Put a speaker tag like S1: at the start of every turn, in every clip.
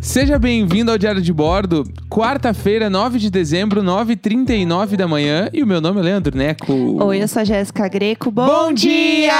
S1: Seja bem-vindo ao Diário de Bordo, quarta-feira, 9 de dezembro, 9h39 da manhã. E o meu nome é Leandro Neco.
S2: Oi, eu sou a Jéssica Greco. Bom,
S1: Bom dia!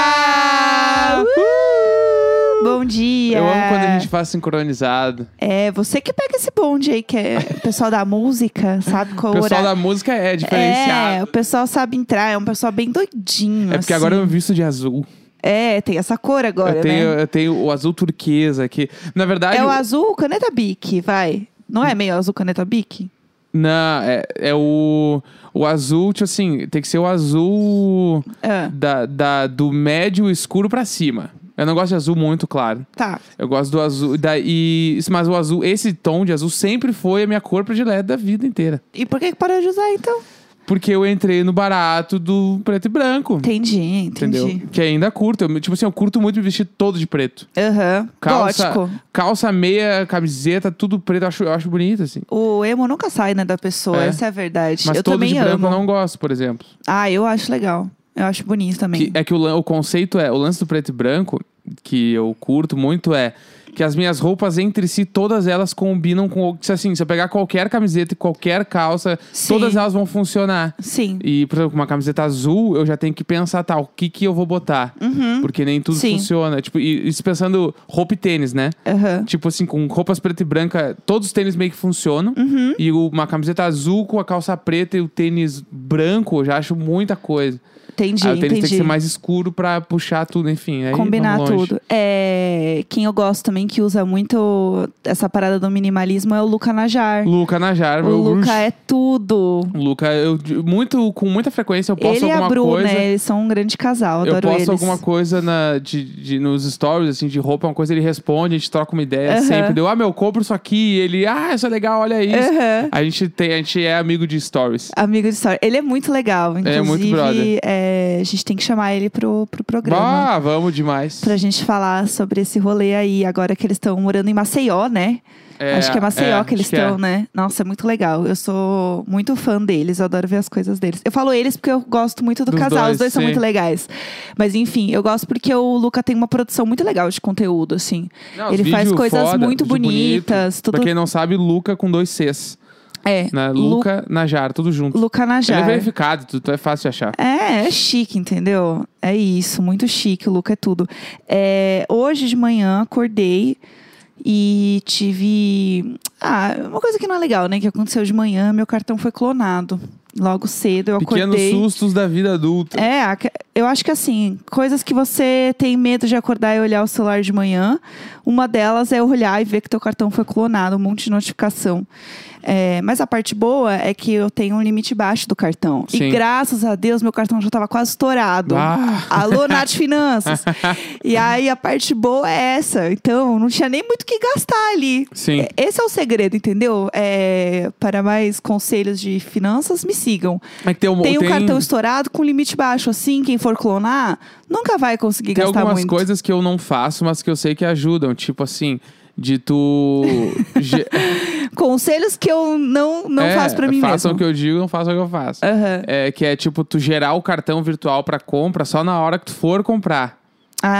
S2: Uh! Bom dia!
S1: Eu amo quando a gente faz sincronizado.
S2: É, você que pega esse bonde aí, que é o pessoal da música, sabe? Qual
S1: O pessoal
S2: horário.
S1: da música é
S2: É, o
S1: diferenciado.
S2: pessoal sabe entrar, é um pessoal bem doidinho.
S1: É, porque
S2: assim.
S1: agora eu visto de azul.
S2: É, tem essa cor agora,
S1: eu, tenho,
S2: né?
S1: eu tenho o azul turquesa aqui. Na verdade,
S2: É o
S1: o-
S2: azul caneta bique, vai. Não é meio azul caneta bique?
S1: não, é, é o, o azul, tipo assim, tem que ser o azul
S2: Ah,
S1: da, da- do médio escuro pra cima. Eu não gosto de azul muito claro.
S2: tá.
S1: Eu gosto do azul. Da, e, isso, mas o azul, esse tom de azul sempre foi a minha cor predileta da vida inteira.
S2: E por que que parou de usar, então?
S1: Porque eu entrei no barato do preto e branco.
S2: Entendi,
S1: entendeu?
S2: entendi.
S1: Que ainda curto. Eu, tipo assim, eu curto muito me vestir todo de preto.
S2: Aham,
S1: Calça,
S2: gótico.
S1: calça, meia, camiseta, tudo preto. Eu acho, eu acho bonito, assim.
S2: O emo nunca sai, né, da pessoa,
S1: É.
S2: essa é a verdade.
S1: Mas
S2: eu
S1: todo
S2: também
S1: de branco
S2: amo.
S1: eu não gosto, por exemplo.
S2: Ah, eu acho legal. Eu acho bonito também.
S1: Que- é que o, lan- o conceito é, o lance do preto e branco, que eu curto muito, é que as minhas roupas entre si, todas elas combinam com. o- se Assim, se eu pegar qualquer camiseta e qualquer calça,
S2: Sim.
S1: é todas elas vão funcionar.
S2: Sim.
S1: E, por exemplo, com uma camiseta azul, eu já tenho que pensar, tá, o que que eu vou botar? Porque nem tudo
S2: Uhum. Sim.
S1: funciona. Tipo, e, isso pensando roupa e tênis, né?
S2: Aham.
S1: Tipo assim, com roupas preta e branca, todos os tênis meio que funcionam.
S2: Uhum.
S1: E o- uma camiseta azul com a calça preta e o tênis branco, eu já acho muita coisa.
S2: Entendi,
S1: Aí Ah, o tênis
S2: entendi.
S1: tem que ser mais escuro pra puxar tudo, enfim. Aí
S2: Combinar
S1: vamos longe.
S2: tudo. É, quem eu gosto também, que usa muito essa parada do minimalismo, é o Luca Najar.
S1: Luca Najar,
S2: o
S1: meu
S2: Luca é tudo.
S1: Luca, eu muito, com muita frequência eu posto
S2: Ele e a
S1: alguma
S2: Bruna,
S1: coisa.
S2: eles são um grande casal,
S1: Eu
S2: adoro
S1: posto
S2: eles.
S1: alguma coisa na, de, de- nos stories, assim, de roupa, uma coisa, ele responde, a gente troca uma ideia
S2: Aham.
S1: sempre. Deu, ah, meu, eu compro isso aqui. E ele, ah, isso é legal, olha isso.
S2: Aham.
S1: A, gente tem, a gente é amigo de stories.
S2: Amigo de história. Ele é muito legal, inclusive.
S1: muito brother.
S2: é, a gente tem que chamar ele pro, pro programa.
S1: Ah, vamos demais.
S2: Pra gente falar sobre esse rolê aí, agora que eles estão morando em Maceió, né?
S1: É,
S2: acho que é Maceió
S1: é,
S2: que eles
S1: acho que é.
S2: estão, né? Nossa, é muito legal. Eu sou muito fã deles, eu adoro ver as coisas deles. Eu falo eles porque eu gosto muito do
S1: Dos
S2: casal,
S1: dois,
S2: os dois são
S1: sim.
S2: muito legais. Mas enfim, eu gosto porque o Luca tem uma produção muito legal de conteúdo, assim.
S1: Não, os
S2: Ele faz
S1: vídeo
S2: coisas
S1: foda,
S2: muito
S1: vídeo bonito.
S2: bonitas, tudo.
S1: Pra quem não sabe, Luca com dois Cs.
S2: É,
S1: Né?
S2: Lu-
S1: Luca Najar, tudo junto.
S2: Luca Najar.
S1: Ele é verificado, tudo é fácil de achar.
S2: É, é chique, entendeu? É isso, muito chique, o Luca é tudo. É, hoje de manhã acordei e tive. Ah, uma coisa que não é legal, né? Que aconteceu de manhã, meu cartão foi clonado. Logo cedo eu
S1: Pequenos
S2: acordei.
S1: sustos da vida adulta.
S2: É, a- eu acho que assim, coisas que você tem medo de acordar e olhar o celular de manhã, uma delas é olhar e ver que teu cartão foi clonado, um monte de notificação. É, mas a parte boa é que eu tenho um limite baixo do cartão.
S1: Sim.
S2: E graças a Deus, meu cartão já estava quase estourado.
S1: Ah.
S2: Alô, Nath Finanças. e aí a parte boa é essa. Então, não tinha nem muito o que gastar ali.
S1: Sim.
S2: É, Esse é o segredo, entendeu? É, para mais conselhos de finanças, me sigam.
S1: É que tem, um,
S2: Tem, um
S1: tem-
S2: cartão estourado com limite baixo, assim, quem for clonar, nunca vai conseguir
S1: Tem
S2: gastar
S1: algumas
S2: muito.
S1: coisas que eu não faço, mas que eu sei que ajudam. Tipo assim, de tu. ge-
S2: Conselhos que eu não, não
S1: É,
S2: faço pra mim
S1: Façam o
S2: mesmo. Ah.
S1: que eu digo, não façam o que eu faço.
S2: Aham.
S1: É, que é tipo, tu gerar o cartão virtual pra compra só na hora que tu for comprar.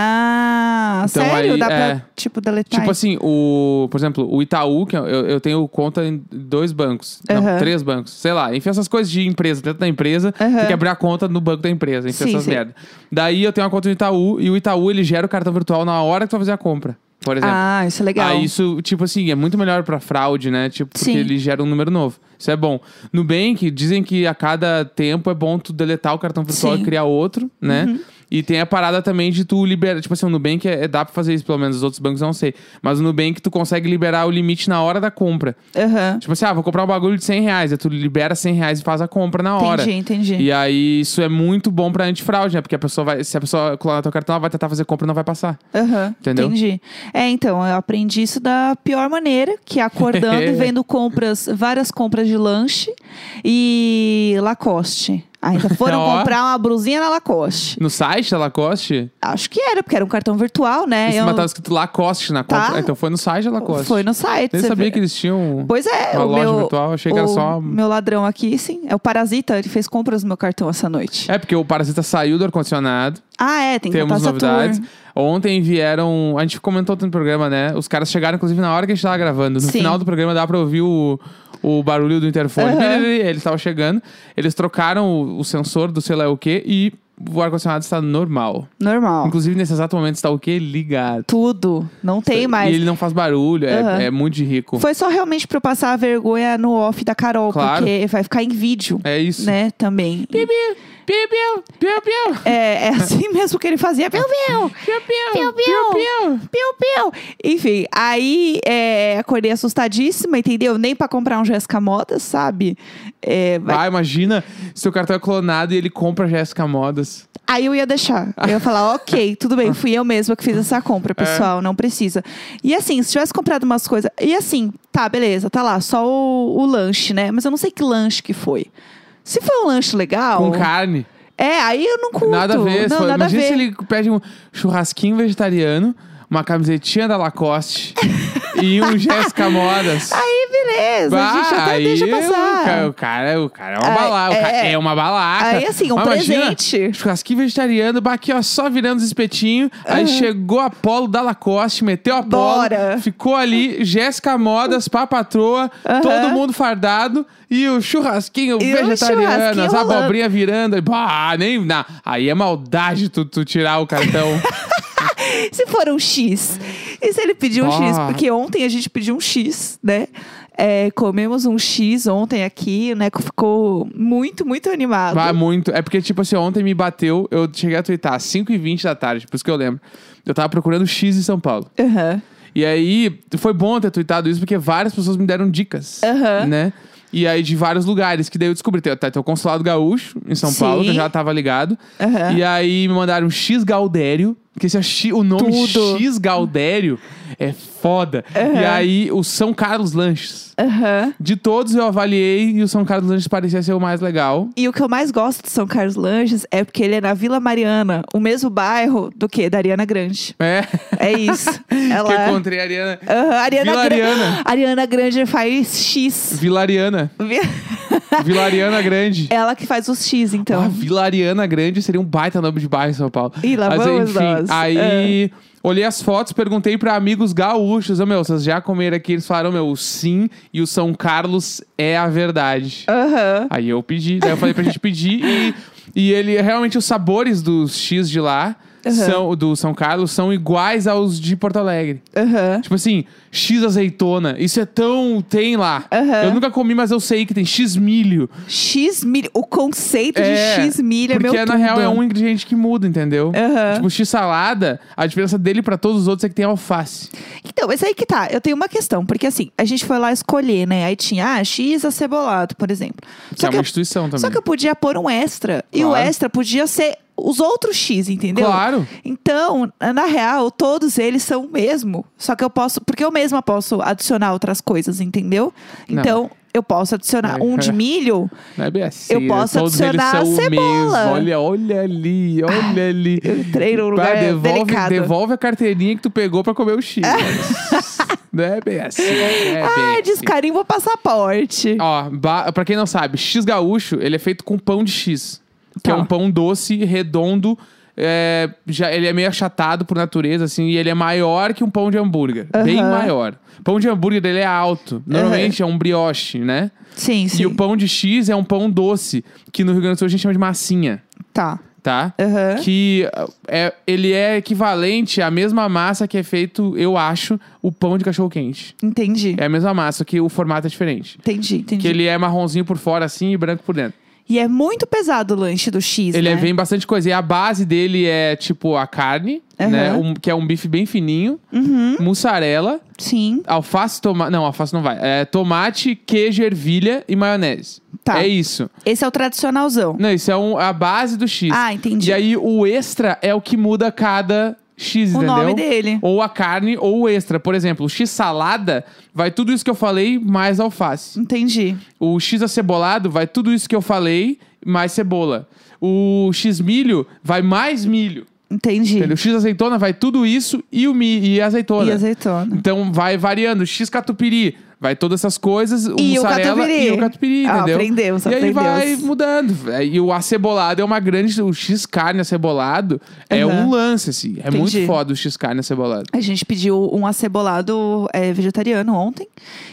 S2: Ah,
S1: Então,
S2: sério?
S1: aí,
S2: Dá
S1: é.
S2: pra, tipo, deletar?
S1: Tipo assim, o, por exemplo, o Itaú, que eu, eu tenho conta em dois bancos.
S2: Aham.
S1: Não, três bancos. Sei lá, enfim, essas coisas de empresa, dentro da empresa,
S2: Aham.
S1: tem que abrir a conta no banco da empresa, enfim,
S2: Sim,
S1: essas
S2: sim.
S1: merda. Daí eu tenho uma conta no Itaú e o Itaú ele gera o cartão virtual na hora que tu vai fazer a compra, por exemplo.
S2: ah, isso é legal.
S1: Aí isso, tipo assim, é muito melhor pra fraude, né? Tipo, porque
S2: Sim.
S1: ele gera um número novo. Isso é bom. Nubank, dizem que a cada tempo é bom tu deletar o cartão virtual
S2: Sim. Uhum.
S1: e criar outro, né? E tem a parada também de tu liberar. Tipo assim, o Nubank é, é- dá pra fazer isso, pelo menos. Os outros bancos eu não sei. Mas o Nubank tu consegue liberar o limite na hora da compra.
S2: Aham.
S1: Tipo assim, ah, vou comprar um bagulho de 100 reais. Aí tu libera 100 reais e faz a compra na hora.
S2: Entendi, entendi.
S1: E aí, isso é muito bom pra antifraude, né? Porque a pessoa vai. Se a pessoa clonar teu cartão, ela vai tentar fazer compra e não vai passar.
S2: Aham,
S1: Entendeu?
S2: Entendi. É, então, eu aprendi isso da pior maneira, que é acordando e vendo compras, várias compras de lanche e Lacoste. Ainda foram
S1: Ó.
S2: comprar uma blusinha na Lacoste.
S1: No site da Lacoste?
S2: Acho que era, porque era um cartão virtual, né?
S1: Isso é tá
S2: Eu-
S1: matava escrito Lacoste na
S2: Tá.
S1: compra. Então foi no site da Lacoste.
S2: Foi no site.
S1: Nem
S2: você
S1: sabia
S2: vê.
S1: que eles tinham
S2: Pois é,
S1: uma
S2: o
S1: loja
S2: meu,
S1: virtual. Achei que era
S2: o
S1: só.
S2: meu ladrão aqui, sim. É o Parasita, ele fez compras no meu cartão essa noite.
S1: É, porque o Parasita saiu do ar-condicionado.
S2: Ah, é, tem que
S1: Temos
S2: contar essa tour.
S1: novidades. Ontem vieram. A gente comentou tanto no programa, né? Os caras chegaram, inclusive, na hora que a gente tava gravando. No
S2: Sim.
S1: final do programa dá pra ouvir o, o barulho do interfone.
S2: Aham.
S1: Eles estavam chegando. Eles trocaram o, o sensor do sei lá o quê e o ar-condicionado está normal.
S2: Normal.
S1: Inclusive, nesse exato momento está o quê? Ligado.
S2: Tudo. Não tem mais.
S1: E ele não faz barulho, é-
S2: Aham.
S1: é, muito de rico.
S2: Foi só realmente pra eu passar a vergonha no off da Carol,
S1: Claro.
S2: porque vai ficar em vídeo,
S1: É isso.
S2: né, também.
S1: Piu, piu, piu, piu, piu,
S2: É, é assim mesmo que ele fazia. Piu, piu!
S1: piu, piu, piu,
S2: Piu, piu.
S1: piu.
S2: Piu, piu! Enfim, aí é, acordei assustadíssima, entendeu? Nem pra comprar um Jéssica Moda, sabe? É, vai-
S1: Ah, imagina se o cartão é clonado e ele compra Jéssica Modas.
S2: Aí eu ia deixar. Eu ia falar, ok, tudo bem, fui eu mesma que fiz essa
S1: É.
S2: compra, pessoal, não precisa. E assim, se tivesse comprado umas coisas. E assim, tá, beleza, tá lá, só o, o lanche, né? Mas eu não sei que lanche que foi. Se foi um lanche legal.
S1: Com carne.
S2: É, aí eu não curto.
S1: Nada a ver.
S2: Não,
S1: só-
S2: nada a
S1: imagina
S2: ver.
S1: se ele pede um churrasquinho vegetariano, uma camisetinha da Lacoste e um Jéssica Modas.
S2: Aí, beleza,
S1: Bah,
S2: a gente até
S1: aí
S2: deixa
S1: o ca-
S2: passar.
S1: O cara, o cara é uma
S2: Aí,
S1: balaca. o cara
S2: é.
S1: é uma balaca.
S2: Aí, assim, um
S1: Mas imagina,
S2: presente.
S1: Churrasquinho vegetariano, bah, aqui, ó, só virando os espetinhos. Aí chegou a Polo da Lacoste, meteu a Polo.
S2: Bora.
S1: Ficou ali, Jéssica Modas, pá patroa,
S2: Aham.
S1: todo mundo fardado. E o churrasquinho
S2: E o
S1: vegetariano,
S2: churrasquinho
S1: as
S2: rolando.
S1: abobrinhas virando. e, Bah, nem. Não, aí é maldade tu, tu tirar o cartão.
S2: Se for um X. E se ele pedir um
S1: Ah.
S2: X? Porque ontem a gente pediu um X, né? É, comemos um X ontem aqui, o Neco ficou muito, muito animado.
S1: Vai muito. É porque, tipo assim, ontem me bateu, eu cheguei a twittar às 5h20 da tarde, por isso que eu lembro. Eu tava procurando X em São Paulo.
S2: Aham.
S1: E aí, foi bom ter tweetado isso, porque várias pessoas me deram dicas,
S2: Aham.
S1: né? E aí, de vários lugares, que daí eu descobri. Tem até o Consulado Gaúcho, em São
S2: Sim.
S1: Paulo, que eu já tava ligado.
S2: Aham.
S1: E aí, me mandaram um X Gaudério, porque esse é X- o nome
S2: Tudo.
S1: X Gaudério é foda. E aí, o São Carlos Lanches.
S2: Aham.
S1: De todos, eu avaliei e o São Carlos Lanches parecia ser o mais legal.
S2: E o que eu mais gosto de São Carlos Lanches é porque ele é na Vila Mariana, o mesmo bairro do que da Ariana Grande.
S1: É.
S2: É isso.
S1: Que
S2: Ela é
S1: eu encontrei a Ariana.
S2: Aham, Ariana
S1: Vila
S2: Gra-
S1: Ariana.
S2: Ariana Grande faz X.
S1: Vilariana. Vilariana Grande.
S2: Ela que faz os X, É, então.
S1: Ah, Vilariana Grande seria um baita nome de bairro em São Paulo.
S2: Ih, lá
S1: Mas
S2: vamos
S1: enfim,
S2: nós. É.
S1: aí olhei as fotos, perguntei pra amigos gaúchos, "Ô, meu, vocês já comeram aqui? Eles falaram, meu, sim, e o São Carlos é a verdade.
S2: Aham.
S1: Aí eu pedi, daí eu falei pra gente pedir e, e ele realmente os sabores dos X de lá
S2: Aham.
S1: são do São Carlos são iguais aos de Porto Alegre.
S2: Aham.
S1: Tipo assim, X azeitona. Isso é tão. Tem lá.
S2: Aham.
S1: Eu nunca comi, mas eu sei que tem X milho.
S2: X milho. O conceito de X milho é
S1: porque
S2: meu
S1: na
S2: tudo.
S1: real é um ingrediente que muda, entendeu?
S2: Aham.
S1: Tipo, X salada, a diferença dele pra todos os outros é que tem alface.
S2: Então, mas aí que tá. Eu tenho uma questão, porque assim, a gente foi lá escolher, né? Aí tinha, ah, X acebolado, por exemplo.
S1: que é
S2: que
S1: uma
S2: eu-
S1: instituição também.
S2: Só que eu podia pôr um extra. E o
S1: Claro.
S2: extra podia ser os outros X, entendeu?
S1: Claro.
S2: Então, na real, todos eles são o mesmo. Só que eu posso. Porque eu mesma posso adicionar outras coisas, entendeu?
S1: Não.
S2: Então, eu posso adicionar
S1: É.
S2: um de milho.
S1: Não é bem assim.
S2: Eu
S1: né?
S2: posso
S1: todos eles
S2: adicionar
S1: são o mesmo.
S2: cebola.
S1: Olha, olha ali, olha ali.
S2: Eu entrei num lugar
S1: Vai, devolve,
S2: delicado.
S1: devolve a carteirinha que tu pegou pra comer o X. não é bem assim. não É bem
S2: Ah,
S1: assim.
S2: descarimba o passaporte.
S1: Ó, ba- pra quem não sabe, X gaúcho, ele é feito com pão de X. Que
S2: Tá.
S1: é um pão doce, redondo. é, já, ele é meio achatado por natureza, assim, e ele é maior que um pão de hambúrguer. Bem
S2: Aham.
S1: maior. Pão de hambúrguer ele é alto. Normalmente é um brioche, né?
S2: Sim, sim.
S1: E o pão de X é um pão doce, que no Rio Grande do Sul a gente chama de massinha,
S2: Tá.
S1: tá?
S2: Aham.
S1: Que ah, é, ele é equivalente à mesma massa que é feito, eu acho, o pão de cachorro-quente.
S2: Entendi.
S1: É a mesma massa, só que o formato é diferente.
S2: Entendi, entendi.
S1: Que ele é marronzinho por fora, assim, e branco por dentro.
S2: E é muito pesado o lanche do X,
S1: Ele
S2: né?
S1: é- vem bastante coisa. E a base dele é, tipo, a carne,
S2: Aham. Uhum.
S1: né? Um- que é um bife bem fininho. Mussarela,
S2: Sim,
S1: alface, tomate... Não, alface não vai. É tomate, queijo, ervilha e maionese.
S2: Tá.
S1: É isso.
S2: esse é o tradicionalzão.
S1: Não, isso é um- a base do X.
S2: Ah, entendi.
S1: E aí, o extra é o que muda cada X,
S2: o
S1: entendeu?
S2: nome dele.
S1: Ou a carne ou o extra. Por exemplo, o X salada vai tudo isso que eu falei mais alface.
S2: Entendi.
S1: O X acebolado vai tudo isso que eu falei mais cebola. O X milho vai mais milho.
S2: Entendi.
S1: Entendeu? é O X azeitona vai tudo isso e o mi e a azeitona.
S2: E azeitona.
S1: Então vai variando. X catupiry, vai todas essas coisas, o
S2: E o
S1: mussarela
S2: catupiry.
S1: e o catupiry,
S2: Ah,
S1: entendeu?
S2: aprendemos,
S1: e aí
S2: aprendemos.
S1: vai mudando. É, E o acebolado é uma grande. O X carne acebolado é
S2: Aham.
S1: um lance, assim. É
S2: Entendi.
S1: muito foda o X carne acebolado.
S2: A gente pediu um acebolado é, vegetariano ontem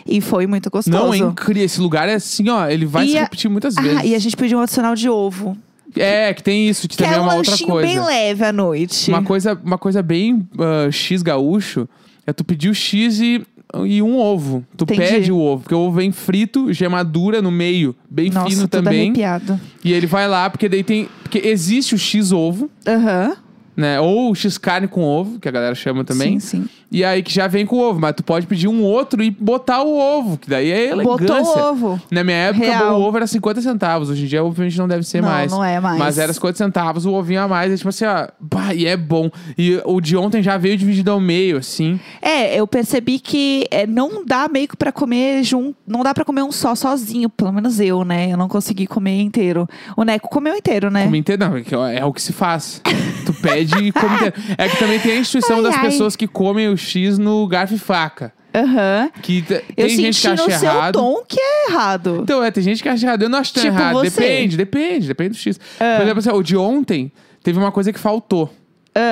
S2: e foi muito gostoso.
S1: Não, é incrível. Esse lugar é assim, ó. Ele vai
S2: E
S1: se
S2: a-
S1: repetir muitas
S2: Ah,
S1: vezes.
S2: e a gente pediu um adicional de ovo.
S1: É, que tem isso, que,
S2: Que
S1: também
S2: é
S1: é
S2: um
S1: uma outra
S2: lanchinho
S1: coisa.
S2: bem leve à noite.
S1: Uma coisa, uma coisa bem ah, X gaúcho é tu pedir o X e, e um ovo. Tu
S2: Entendi.
S1: pede o ovo, porque o ovo vem frito, gemadura no meio, bem
S2: Nossa,
S1: fino
S2: tudo
S1: também.
S2: arrepiado.
S1: E ele vai lá, porque daí tem. Porque existe o X ovo,
S2: Aham.
S1: né? Ou o X carne com ovo, que a galera chama também.
S2: Sim, sim.
S1: E aí que já vem com ovo, mas tu pode pedir um outro e botar o ovo, que daí é elegância.
S2: Botou o ovo.
S1: Na minha época,
S2: Real.
S1: o ovo era 50 centavos. Hoje em dia, obviamente, não deve ser
S2: Não,
S1: mais.
S2: não é mais.
S1: Mas era 50 centavos, o ovinho a mais. É tipo assim, ó, bah, e é bom. E o de ontem já veio dividido ao meio, assim.
S2: É, eu percebi que é, não dá meio que pra comer junto. Não dá pra comer um só sozinho, pelo menos eu, né? Eu não consegui comer inteiro. O Neco comeu inteiro, né?
S1: Como inteiro, não, é que- é o que se faz. tu pede e come inteiro. É que também tem a instituição
S2: Ai,
S1: das
S2: ai.
S1: pessoas que comem o X no garfo e faca.
S2: Aham.
S1: Que t-
S2: Eu
S1: tem gente que
S2: senti
S1: acha
S2: no seu
S1: errado.
S2: tom que é errado.
S1: Então, é, tem gente que acha errado. Eu não acho tão
S2: Tipo
S1: errado.
S2: você. Ah.
S1: Depende, depende, depende do X. Por exemplo, assim, ó, o de ontem teve uma coisa que faltou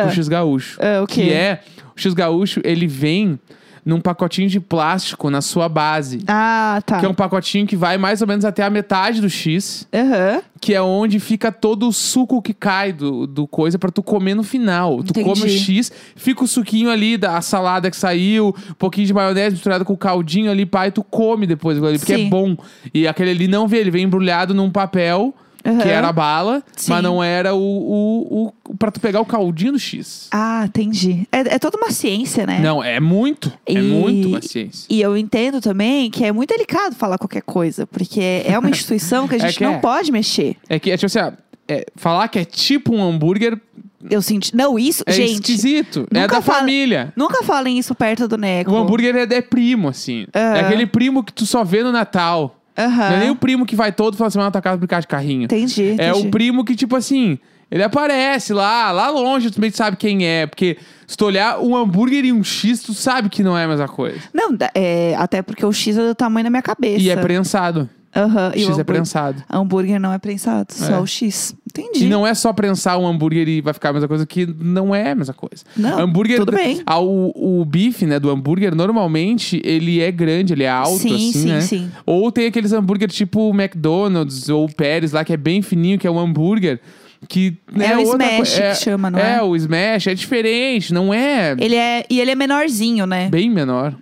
S1: pro X gaúcho.
S2: Ah, o quê?
S1: Que é, o X gaúcho, ele vem num pacotinho de plástico na sua base.
S2: Ah, tá.
S1: Que é um pacotinho que vai mais ou menos até a metade do X.
S2: Aham.
S1: Que é onde fica todo o suco que cai do, do coisa pra tu comer no final. Tu
S2: Entendi.
S1: come o X, fica o suquinho ali, da a salada que saiu, um pouquinho de maionese misturada com o caldinho ali, pai, tu come depois aquilo ali, porque
S2: Sim.
S1: é bom. E aquele ali não vê, ele vem embrulhado num papel.
S2: Aham.
S1: Que era a bala,
S2: Sim.
S1: mas não era o, o, o. pra tu pegar o caldinho do X.
S2: Ah, entendi. É, é toda uma ciência, né?
S1: Não, é muito.
S2: E-
S1: É muito uma ciência.
S2: E eu entendo também que é muito delicado falar qualquer coisa, porque é uma instituição que a
S1: É
S2: gente
S1: que
S2: não
S1: é.
S2: pode mexer.
S1: É que, é tipo assim, ó, é, falar que é tipo um hambúrguer
S2: Eu senti. Não, isso,
S1: é
S2: gente.
S1: esquisito. É
S2: nunca
S1: da
S2: fala-
S1: família.
S2: Nunca falem isso perto do Neco.
S1: O hambúrguer é, é primo, assim. É aquele primo que tu só vê no Natal.
S2: Aham.
S1: Não é nem o primo que vai todo final de semana na tua casa brincar de carrinho.
S2: Entendi.
S1: É
S2: entendi.
S1: o primo que, tipo assim, ele aparece lá, lá longe, tu meio que sabe quem é. Porque se tu olhar um hambúrguer e um X, tu sabe que não é a mesma coisa.
S2: Não, da- é, até porque o X é do tamanho da minha cabeça.
S1: E é prensado.
S2: Aham, e o
S1: X é
S2: hambúrguer-
S1: prensado.
S2: Hambúrguer não é prensado, só
S1: É.
S2: o X. Entendi.
S1: E não é só prensar um hambúrguer e vai ficar a mesma coisa, que não é a mesma coisa.
S2: Não,
S1: hambúrguer,
S2: tudo bem.
S1: Ah, o, o bife, né, do hambúrguer, normalmente, ele é grande, ele é alto,
S2: sim,
S1: assim,
S2: sim,
S1: né?
S2: sim.
S1: Ou tem aqueles hambúrguer tipo McDonald's ou Pérez lá, que é bem fininho, que é um hambúrguer. Que né,
S2: É o
S1: outra
S2: smash
S1: coi-
S2: que chama, não é?
S1: É, o smash é diferente, não é
S2: Ele é, e ele é menorzinho, né?
S1: bem menor.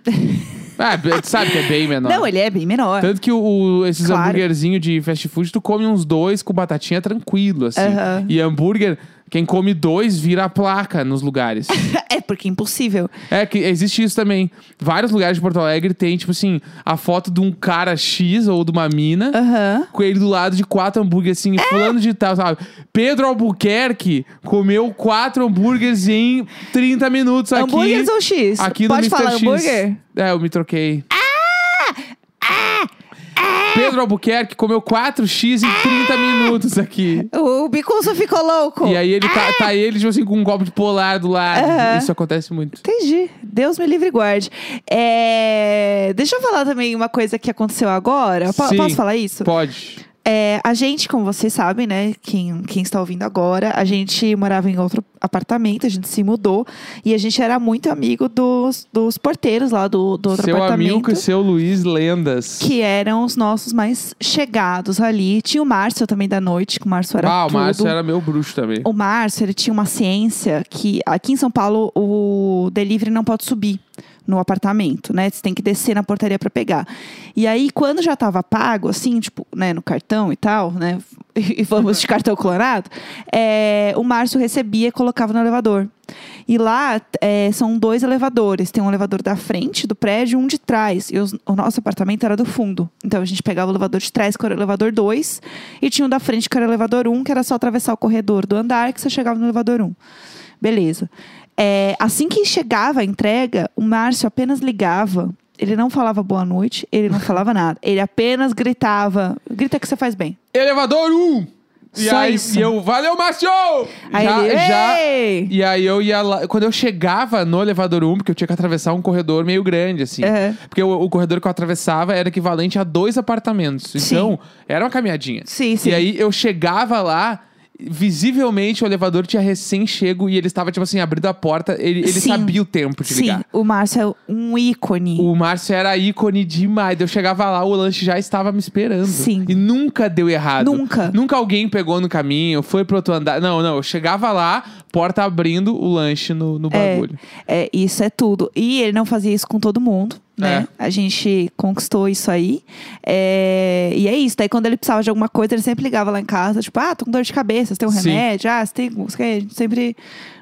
S1: ah, b- tu sabe que é bem menor.
S2: Não, ele é bem menor.
S1: Tanto que o, o- esses
S2: Claro.
S1: hambúrguerzinho de fast food, tu come uns dois com batatinha tranquilo, assim.
S2: Aham.
S1: E hambúrguer, quem come dois vira a placa nos lugares.
S2: É porque é impossível.
S1: É que existe isso também. Vários lugares de Porto Alegre tem, tipo assim, a foto de um cara X ou de uma mina.
S2: Aham.
S1: Com ele do lado de quatro hambúrgueres, assim, fulano de tal, sabe? Pedro Albuquerque comeu quatro hambúrgueres em 30 minutos aqui.
S2: Hambúrgueres ou X?
S1: Aqui no Mr.
S2: Pode falar
S1: X.
S2: hambúrguer? Ah!
S1: É, eu me troquei. Pedro Albuquerque comeu 4x em
S2: Ah!
S1: 30 minutos aqui.
S2: O Bicunso ficou louco.
S1: E aí ele tá, tá ele, tipo assim, com um copo de polar do lado.
S2: Ah! Aham.
S1: Isso acontece muito.
S2: Entendi. Deus me livre e guarde. É, Deixa eu falar também uma coisa que aconteceu agora. Po-
S1: Sim.
S2: Posso falar isso?
S1: Pode.
S2: É, a gente, como vocês sabem, né? Quem, quem está ouvindo agora, a gente morava em outro apartamento, a gente se mudou e a gente era muito amigo dos, dos porteiros lá do, do outro
S1: seu
S2: apartamento.
S1: amigo e seu Luiz Lendas.
S2: Que eram os nossos mais chegados ali. Tinha o Márcio também da noite, que o Márcio era
S1: ah, o
S2: tudo.
S1: Márcio era meu bruxo também.
S2: O Márcio, ele tinha uma ciência que aqui em São Paulo o delivery não pode subir no apartamento, né? Você tem que descer na portaria para pegar. E aí, quando já tava pago, assim, tipo, né, no cartão e tal, né? E vamos de cartão clonado, é, o Márcio recebia e colocava no elevador. E lá é, são dois elevadores. Tem um elevador da frente do prédio e um de trás. E os- o nosso apartamento era do fundo. Então a gente pegava o elevador de trás, que era o elevador 2, e tinha o da frente, que era o elevador 1, um, que era só atravessar o corredor do andar que você chegava no elevador 1. Um. Beleza. É, assim que chegava a entrega, o Márcio apenas ligava. Ele não falava boa noite, ele não falava nada. Ele apenas gritava: grita que você faz bem.
S1: Elevador 1! E
S2: Só
S1: aí
S2: isso.
S1: e eu, valeu, macho!
S2: Aí
S1: já,
S2: ele,
S1: já-
S2: "Ei!"
S1: E aí eu ia lá. Quando eu chegava no elevador 1, porque eu tinha que atravessar um corredor meio grande, assim.
S2: Aham.
S1: Porque o, o corredor que eu atravessava era equivalente a dois apartamentos. Então, era uma caminhadinha.
S2: Sim, sim.
S1: E aí eu chegava lá. Visivelmente o elevador tinha recém-chego e ele estava, tipo assim, abrindo a porta. Ele, ele
S2: Sim.
S1: sabia o tempo de
S2: Sim,
S1: ligar.
S2: o Márcio é um ícone.
S1: O Márcio era ícone demais. Eu chegava lá, o lanche já estava me esperando.
S2: Sim.
S1: E nunca deu errado.
S2: Nunca.
S1: Nunca alguém pegou no caminho, foi pro outro andar. Não, não. Eu chegava lá, porta abrindo, o lanche no, no
S2: É,
S1: bagulho.
S2: É, isso é tudo. E ele não fazia isso com todo mundo, né?
S1: É.
S2: A gente conquistou isso aí. É, e é isso. Daí quando ele precisava de alguma coisa, ele sempre ligava lá em casa, tipo, ah, tô com dor de cabeça, você tem um
S1: Sim.
S2: remédio, ah, você tem. Você quer? A gente sempre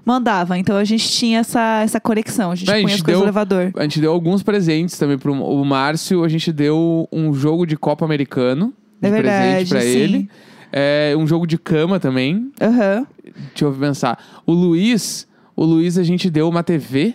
S2: mandava. Então a gente tinha essa, essa conexão, a gente
S1: Bem, a
S2: punha
S1: gente
S2: as
S1: deu-
S2: coisas no elevador.
S1: A gente deu alguns presentes também pro o Márcio. A gente deu um jogo de Copa Americano.
S2: É
S1: de
S2: verdade,
S1: presente pra
S2: sim.
S1: ele. É, um jogo de cama também.
S2: Aham.
S1: Deixa eu pensar. O Luiz, o Luiz a gente deu uma TV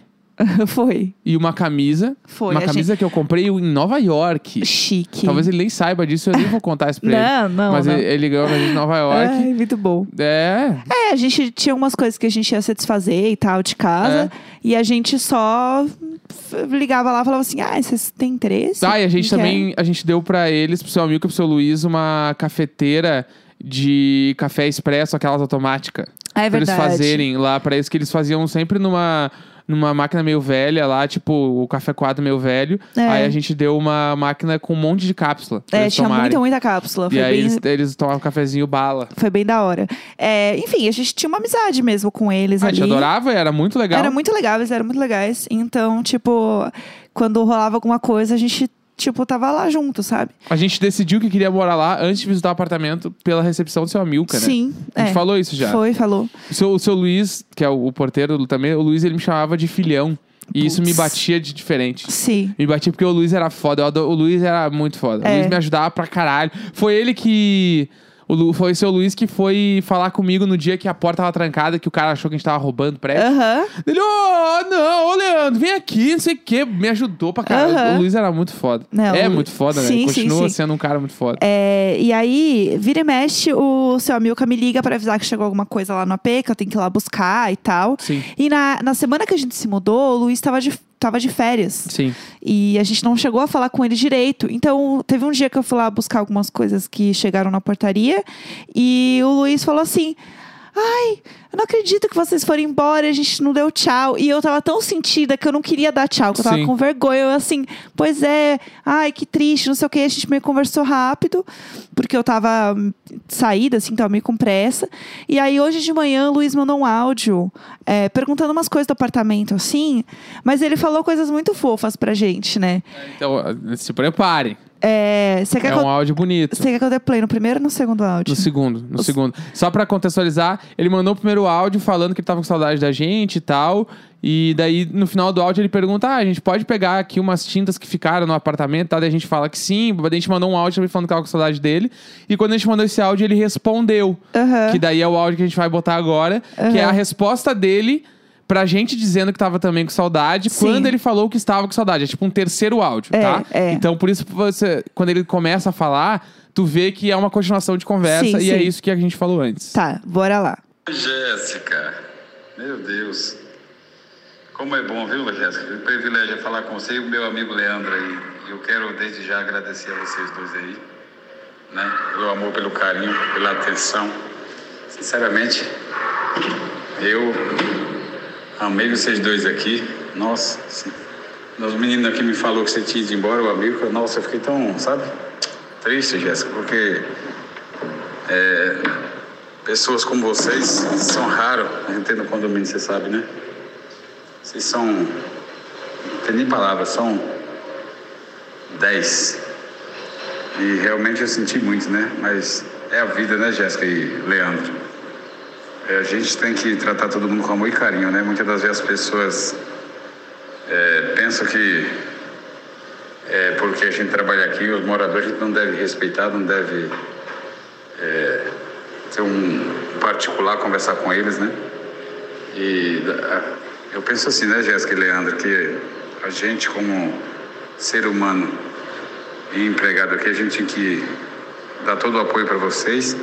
S2: Foi.
S1: e uma camisa.
S2: Foi.
S1: uma
S2: a
S1: camisa que eu comprei em Nova York.
S2: gente... Chique.
S1: Talvez ele nem saiba disso, eu nem vou contar isso pra ele.
S2: Não, não.
S1: Mas é,
S2: não.
S1: ele, ele ganhou pra gente em Nova York.
S2: Ai, muito bom.
S1: É.
S2: É, a gente tinha umas coisas que a gente ia satisfazer e tal de
S1: É.
S2: casa. E a gente só f- ligava lá e falava assim: ah, vocês têm interesse?
S1: Tá, e a gente
S2: Quem quer?"
S1: também, a gente deu pra eles, pro seu amigo e pro seu Luiz, uma cafeteira de café expresso, aquelas automáticas.
S2: Ah, é
S1: pra eles
S2: verdade.
S1: fazerem lá, pra isso que eles faziam sempre numa, numa máquina meio velha lá, tipo o café coado meio velho.
S2: É.
S1: Aí a gente deu uma máquina com um monte de cápsula. pra
S2: É,
S1: eles
S2: tinha
S1: tomarem.
S2: muita, muita cápsula.
S1: E
S2: Foi
S1: aí
S2: bem,
S1: eles, eles tomavam um cafezinho bala.
S2: foi bem da hora. É, enfim, a gente tinha uma amizade mesmo com eles
S1: Ah, A
S2: ali.
S1: gente adorava, era muito legal.
S2: Era muito legal, eles eram muito legais. Então, tipo, quando rolava alguma coisa, a gente, tipo, tava lá junto, sabe?
S1: A gente decidiu que queria morar lá antes de visitar o apartamento pela recepção do seu Amilcar, né?
S2: Sim.
S1: A gente
S2: é.
S1: falou isso já.
S2: Foi, falou.
S1: O seu, o seu Luiz, que é o, o porteiro também, o Luiz ele me chamava de filhão. E isso me
S2: Putz.
S1: batia de diferente.
S2: Sim.
S1: Me batia porque o Luiz era foda. eu adoro- o Luiz era muito foda. O
S2: É.
S1: Luiz me ajudava pra caralho. Foi ele que. O Lu- foi o seu Luiz que foi falar comigo no dia que a porta tava trancada, que o cara achou que a gente tava roubando prédio.
S2: Aham.
S1: Ele, ô, não, ô Leandro, vem aqui, não sei o quê. Me ajudou pra caralho.
S2: Aham.
S1: O Luiz era muito foda.
S2: Não,
S1: é
S2: o Lu-
S1: muito foda, né?
S2: Sim, sim,
S1: Continua
S2: sim.
S1: sendo um cara muito foda.
S2: É, e aí, vira e mexe, o seu Amilca me liga pra avisar que chegou alguma coisa lá no AP, que eu tenho que ir lá buscar e tal.
S1: Sim,
S2: E na, na semana que a gente se mudou, o Luiz tava de, tava de férias.
S1: sim.
S2: E a gente não chegou a falar com ele direito. Então, teve um dia que eu fui lá buscar algumas coisas que chegaram na portaria. E o Luiz falou assim: Ai, eu não acredito que vocês foram embora, e a gente não deu tchau. E eu tava tão sentida que eu não queria dar tchau, que eu tava
S1: Sim.
S2: com vergonha. Eu assim, pois é, ai, que triste, não sei o que. A gente meio conversou rápido, porque eu tava hum, saída, assim, tava meio com pressa. E aí, hoje de manhã, o Luiz mandou um áudio é, perguntando umas coisas do apartamento, assim. Mas ele falou coisas muito fofas pra gente, né?
S1: Então, se preparem.
S2: É, Você
S1: É
S2: quer, que eu-
S1: um áudio bonito.
S2: você quer que eu dê play no primeiro ou no segundo áudio?
S1: No segundo, no segundo. Só pra contextualizar, ele mandou o primeiro áudio falando que ele tava com saudade da gente e tal. E daí, no final do áudio, ele pergunta: Ah, a gente pode pegar aqui umas tintas que ficaram no apartamento e tal? Daí a gente fala que sim. Daí a gente mandou um áudio também falando que tava com saudade dele. E quando a gente mandou esse áudio, ele respondeu.
S2: Aham.
S1: Que daí é o áudio que a gente vai botar agora, que é a resposta dele. Pra gente dizendo que tava também com saudade,
S2: Sim.
S1: quando ele falou que estava com saudade. É tipo um terceiro áudio,
S2: É,
S1: tá?
S2: é.
S1: Então, por isso, você, quando ele começa a falar, tu vê que é uma continuação de conversa
S2: Sim,
S1: e é
S2: sim.
S1: isso que a gente falou antes.
S2: Tá, bora lá.
S3: Jéssica, meu Deus. Como é bom, viu, Jéssica? O privilégio é falar com você e o meu amigo Leandro aí. E Eu quero desde já agradecer a vocês dois aí, né? Pelo amor, pelo carinho, pela atenção. Sinceramente, eu amei vocês dois aqui. Nossa, sim. Os meninos aqui me falou que você tinha ido embora, o amigo. Nossa, eu fiquei tão, sabe? Triste, Jéssica, porque Pessoas como vocês são raros. A gente tem no condomínio, você sabe, né? Vocês são. Não tem nem palavra, são. Dez. E realmente eu senti muito, né? Mas é a vida, né, Jéssica e Leandro? É, a gente tem que tratar todo mundo com amor e carinho, né? Muitas das vezes as pessoas é, pensam que é porque a gente trabalha aqui, os moradores a gente não deve respeitar, não deve ter um particular, conversar com eles, né? E ah, eu penso assim, né, Jéssica e Leandro, que a gente como ser humano e empregado aqui, a gente tem que dar todo o apoio para vocês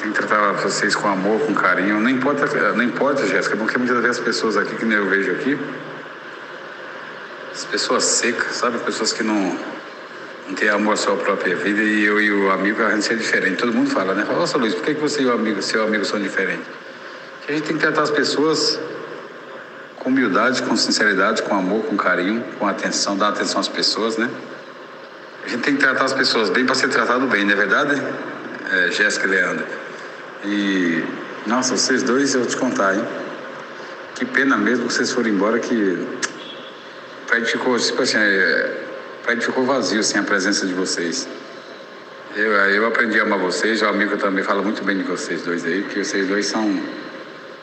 S3: Tem que tratar vocês com amor, com carinho. Não importa, não importa, Jéssica, porque muitas vezes as pessoas aqui, que nem eu vejo aqui, as pessoas secas, sabe? Pessoas que não, não têm amor à sua própria vida. E eu e o amigo, a gente é diferente. Todo mundo fala, né? Fala, nossa, Luiz, por que que você e o amigo, seu amigo são diferentes? Porque a gente tem que tratar as pessoas com humildade, com sinceridade, com amor, com carinho, com atenção, dar atenção às pessoas, né? A gente tem que tratar as pessoas bem para ser tratado bem, não é verdade, é, Jéssica e Leandro? E, nossa, vocês dois, eu vou te contar, hein? Que pena mesmo que vocês foram embora, que o prédio ficou, tipo assim, é, o prédio ficou vazio sem a presença de vocês. Eu, eu aprendi a amar vocês, o amigo também fala muito bem de vocês dois aí, porque vocês dois são.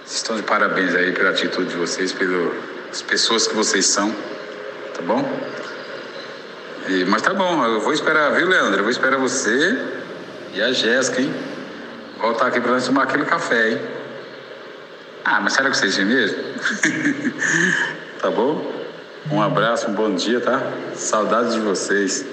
S3: Vocês estão de parabéns aí pela atitude de vocês, pelas pessoas que vocês são, tá bom? E- mas tá bom, eu vou esperar, viu, Leandro? Eu vou esperar você e a Jéssica, hein? Voltar aqui pra nós tomar aquele café, hein? Ah, mas será que vocês vêm mesmo? tá bom? Um abraço, um bom dia, tá? Saudades de vocês.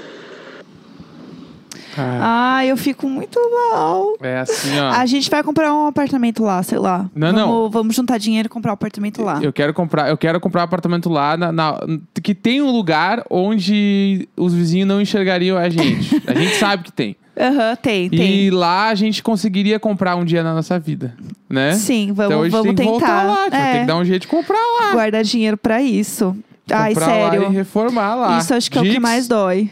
S2: Ah, eu fico muito mal.
S1: É assim, ó.
S2: A gente vai comprar um apartamento lá, sei lá.
S1: Não,
S2: vamos,
S1: não.
S2: Vamos juntar dinheiro e comprar um apartamento lá.
S1: Eu quero comprar, eu quero comprar um apartamento lá na, na- que tem um lugar onde os vizinhos não enxergariam a gente. a gente sabe que tem.
S2: Aham, tem, tem.
S1: E lá a gente conseguiria comprar um dia na nossa vida, né?
S2: Sim, vamos,
S1: então a gente
S2: vamos
S1: tem que voltar
S2: tentar.
S1: lá, a gente vai
S2: É,
S1: ter que dar um jeito de comprar lá,
S2: Guardar dinheiro pra isso. Ai,
S1: comprar
S2: sério.
S1: lá e reformar lá.
S2: Isso acho que é o que
S1: Dix,
S2: mais dói.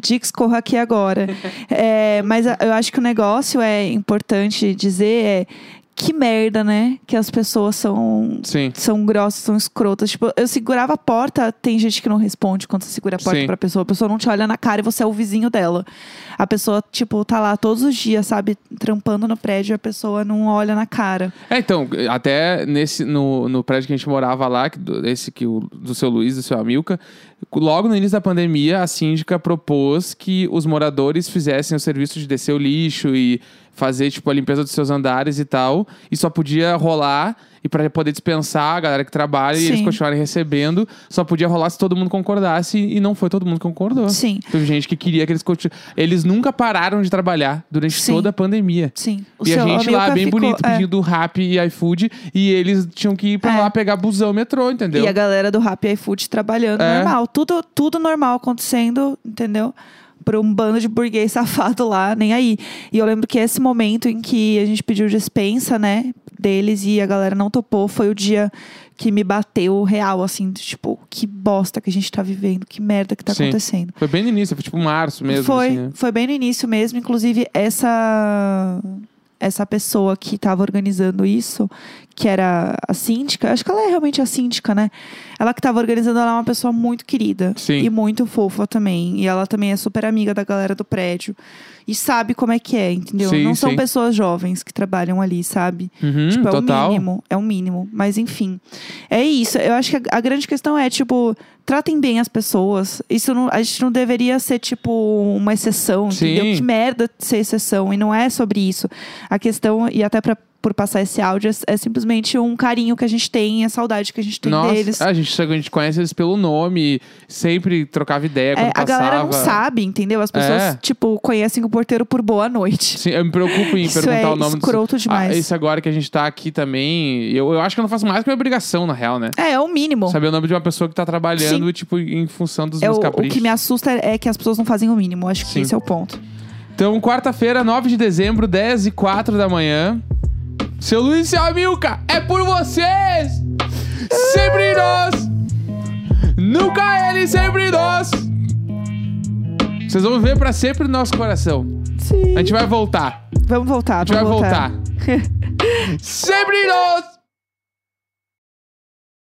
S2: Dix, corra aqui agora. É, mas a- eu acho que o negócio é importante dizer é que merda, né? Que as pessoas são.
S1: Sim.
S2: São grossas, são escrotas. Tipo, eu segurava a porta, tem gente que não responde quando você segura a porta
S1: Sim.
S2: pra pessoa. A pessoa não te olha na cara e você é o vizinho dela. A pessoa, tipo, tá lá todos os dias, sabe? Trampando no prédio e a pessoa não olha na cara.
S1: É, então, até nesse, no, no prédio que a gente morava lá, que do- esse que o, do seu Luiz, do seu Amilca, logo no início da pandemia, a síndica propôs que os moradores fizessem o serviço de descer o lixo e fazer, tipo, a limpeza dos seus andares e tal. E só podia rolar, e para poder dispensar a galera que trabalha e eles
S2: Sim.
S1: continuarem recebendo, só podia rolar se todo mundo concordasse, e não foi todo mundo que concordou.
S2: Sim,
S1: Teve gente que queria que eles continuassem. Eles nunca pararam de trabalhar durante
S2: Sim.
S1: toda a pandemia
S2: sim. O
S1: e a
S2: seu
S1: gente lá,
S2: Amilcar
S1: bem
S2: ficou-
S1: bonito,
S2: é.
S1: pedindo rap e iFood. E eles tinham que ir pra
S2: É.
S1: lá pegar busão metrô, entendeu?
S2: E a galera do Rap e iFood trabalhando
S1: É.
S2: normal. Tudo, tudo normal acontecendo, entendeu? Pra um bando de burguês safado lá, nem aí. E eu lembro que esse momento em que a gente pediu dispensa, né, deles e a galera não topou, foi o dia que me bateu real, assim, de, tipo, que bosta que a gente tá vivendo, que merda que tá
S1: Sim.
S2: acontecendo.
S1: Foi bem no início, foi tipo março mesmo.
S2: Foi,
S1: assim, né?
S2: foi bem no início mesmo. Inclusive, essa essa pessoa que estava organizando isso, que era a síndica, acho que ela é realmente a síndica, né? Ela que estava organizando, ela é uma pessoa muito querida
S1: Sim.
S2: e muito fofa também. E ela também é super amiga da galera do prédio e sabe como é que é, entendeu?
S1: Sim,
S2: Não
S1: sim.
S2: são pessoas jovens que trabalham ali, sabe?
S1: Uhum,
S2: tipo, é o
S1: total.
S2: mínimo, é o mínimo. Mas enfim, é isso. Eu acho que a, a grande questão é, tipo, tratem bem as pessoas. Isso não, a gente não deveria ser, tipo, uma exceção,
S1: Sim.
S2: entendeu? Que merda ser exceção. E não é sobre isso. A questão, e até pra, por passar esse áudio, é, é simplesmente um carinho que a gente tem, a saudade que a gente tem
S1: Nossa,
S2: tipo,
S1: é,
S2: deles.
S1: a gente chegou, a gente conhece eles pelo nome, sempre trocava ideia quando
S2: É, a
S1: passava.
S2: galera não sabe, entendeu? As pessoas,
S1: É.
S2: tipo, conhecem o porteiro por boa noite.
S1: Sim, eu me preocupo em
S2: Isso
S1: perguntar
S2: é
S1: o nome do.
S2: escroto demais.
S1: Ah, isso agora que a gente tá aqui também. Eu, eu acho que eu não faço mais que minha obrigação, na real, né?
S2: É, é o mínimo.
S1: Saber o nome de uma pessoa que tá trabalhando, tipo, em função dos
S2: É o,
S1: meus
S2: o
S1: caprichos.
S2: que me assusta é que as pessoas não fazem o mínimo. Acho que
S1: Sim.
S2: esse é o ponto.
S1: Então, quarta-feira, 9 de dezembro, 10 e 4 da manhã. Seu Luiz e seu Amilca, é por vocês! Sempre nós! Nunca ele, sempre nós! Vocês vão ver pra sempre no nosso coração.
S2: Sim.
S1: A gente vai voltar.
S2: Vamos voltar,
S1: A gente vai
S2: vamos
S1: voltar. sempre nós!